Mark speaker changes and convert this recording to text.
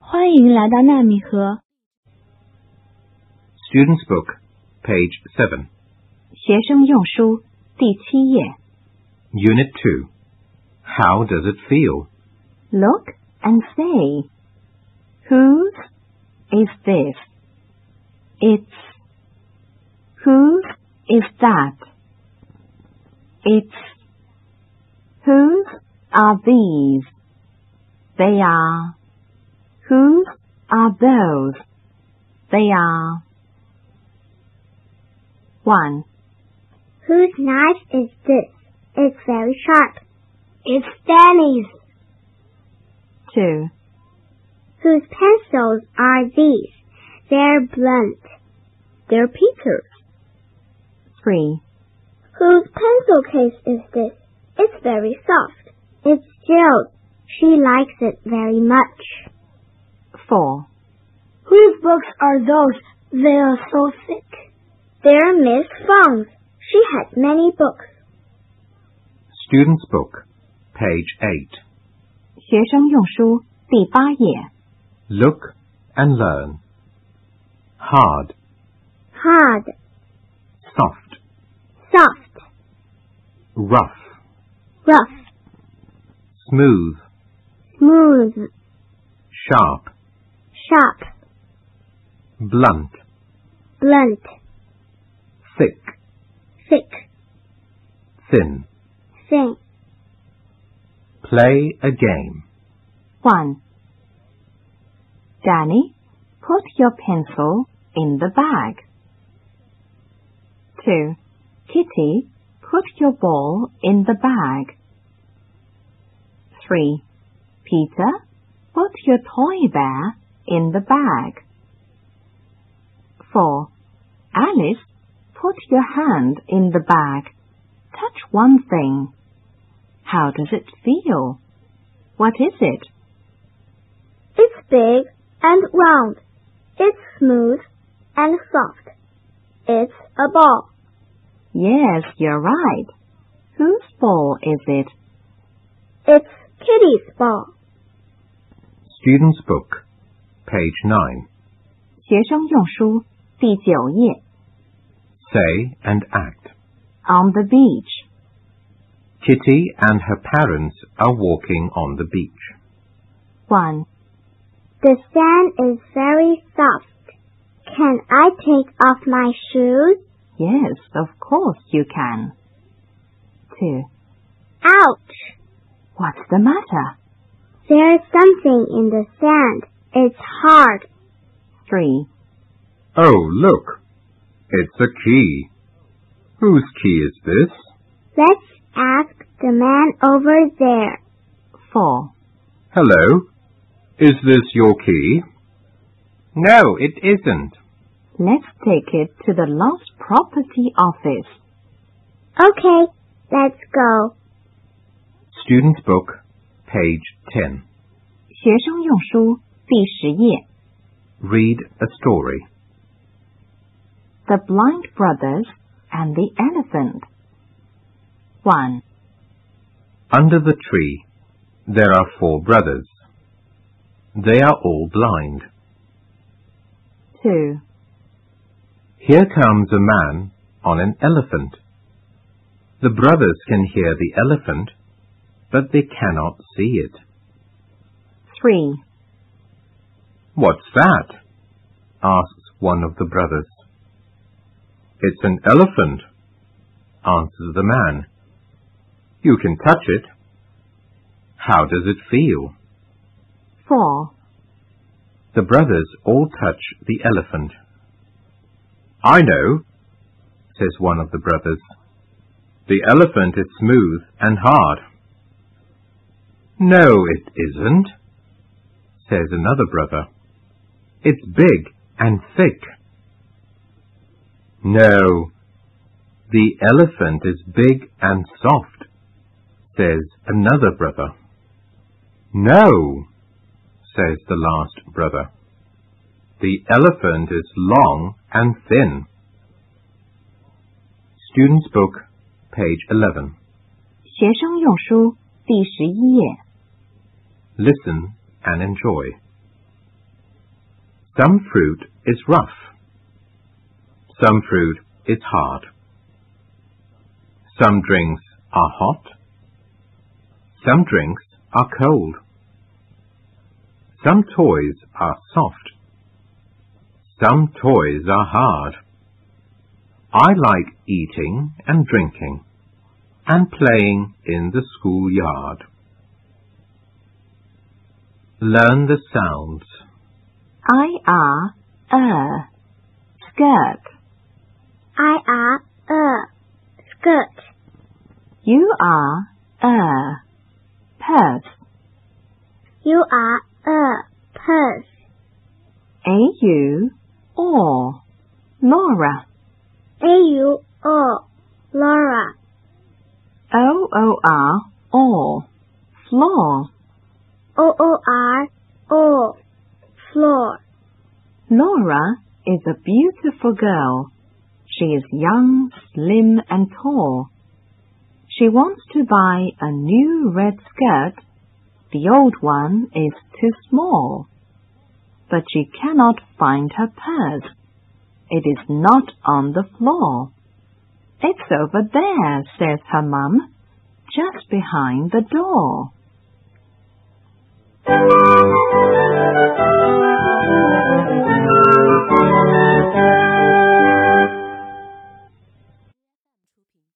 Speaker 1: 欢迎来到纳米河。
Speaker 2: Student's Book, page 7,
Speaker 1: 学生用书第七页。
Speaker 2: Unit 2. How does it feel?
Speaker 1: Look and say, whose is this? It's whose is that? It's whose are these? They are whose are those? They are one.
Speaker 3: Whose knife is this? It's very sharp. It's Danny's.
Speaker 1: Two,
Speaker 3: Whose pencils are these? They're blunt. They're Peter's.
Speaker 1: three,
Speaker 3: Whose pencil case is this? It's very soft. It's Jill's. She likes it very much.
Speaker 1: four,
Speaker 3: Whose books are those? They are so thick. They're Miss Fong's. She had many books.
Speaker 2: Student's Book, page 8.
Speaker 1: 学生用书第八页。
Speaker 2: Look and learn. Hard,
Speaker 3: Hard,
Speaker 2: soft,
Speaker 3: soft,
Speaker 2: rough,
Speaker 3: rough,
Speaker 2: smooth,
Speaker 3: smooth,
Speaker 2: sharp,
Speaker 3: sharp,
Speaker 2: blunt,
Speaker 3: blunt,
Speaker 2: thick,
Speaker 3: thick,
Speaker 2: thin.
Speaker 3: thin.
Speaker 2: Play a game.
Speaker 1: One. Danny, put your pencil in the bag. Two. Kitty, put your ball in the bag. Three. Peter, put your toy bear in the bag. Four. Alice, put your hand in the bag. Touch one thing. How does it feel? What is it?
Speaker 3: It's big and round. It's smooth and soft. It's a ball.
Speaker 1: Yes, you're right. Whose ball is it?
Speaker 3: It's Kitty's ball.
Speaker 2: Student's Book, page 9.
Speaker 1: 学生用书第九页。
Speaker 2: Say and act.
Speaker 1: On the beach.
Speaker 2: Kitty and her parents are walking on the beach.
Speaker 1: One,
Speaker 3: The sand is very soft. Can I take off my shoes?
Speaker 1: yes, of course you can. Two,
Speaker 3: Ouch!
Speaker 1: what's the matter?
Speaker 3: There's something in the sand. It's hard.
Speaker 1: Three,
Speaker 2: Oh, look. It's a key. Whose key is this?
Speaker 3: Let's ask the man over there.
Speaker 1: four,
Speaker 2: Hello. Is this your key? No, it isn't.
Speaker 1: let's take it to the lost property office.
Speaker 3: Okay, let's go.
Speaker 2: Student's Book, page 10.
Speaker 1: 学生用书第十页。
Speaker 2: Read a story.
Speaker 1: The Blind Brothers and the Elephant. One,
Speaker 2: Under the tree, there are four brothers. They are all blind.
Speaker 1: two,
Speaker 2: Here comes a man on an elephant. The brothers can hear the elephant, but they cannot see it.
Speaker 1: three,
Speaker 2: What's that? asks one of the brothers. It's an elephant, answers the man. You can touch it. How does it feel?
Speaker 1: four,
Speaker 2: The brothers all touch the elephant. I know, says one of the brothers. The elephant is smooth and hard. No, it isn't, says another brother. It's big and thick. No, the elephant is big and soft, says another brother. No, says the last brother. The elephant is long and thin. Student's Book, page 11.
Speaker 1: 学生用书第十一页。
Speaker 2: Listen and enjoy. Some fruit is rough. Some fruit is hard. Some drinks are hot. Some drinks are cold. Some toys are soft. Some toys are hard. I like eating and drinking and playing in the schoolyard. Learn the sounds.
Speaker 1: I are er skirt.
Speaker 3: I are a skirt.
Speaker 1: You are er purse.
Speaker 3: You are a purse.
Speaker 1: A U or Laura.
Speaker 3: A U O Laura.
Speaker 1: O O R or floor.
Speaker 3: O O R O floor.
Speaker 1: Laura is a beautiful girl. She is young, slim, and tall. She wants to buy a new red skirt. The old one is too small. But she cannot find her purse. It is not on the floor. It's over there, says her mum, just behind the door.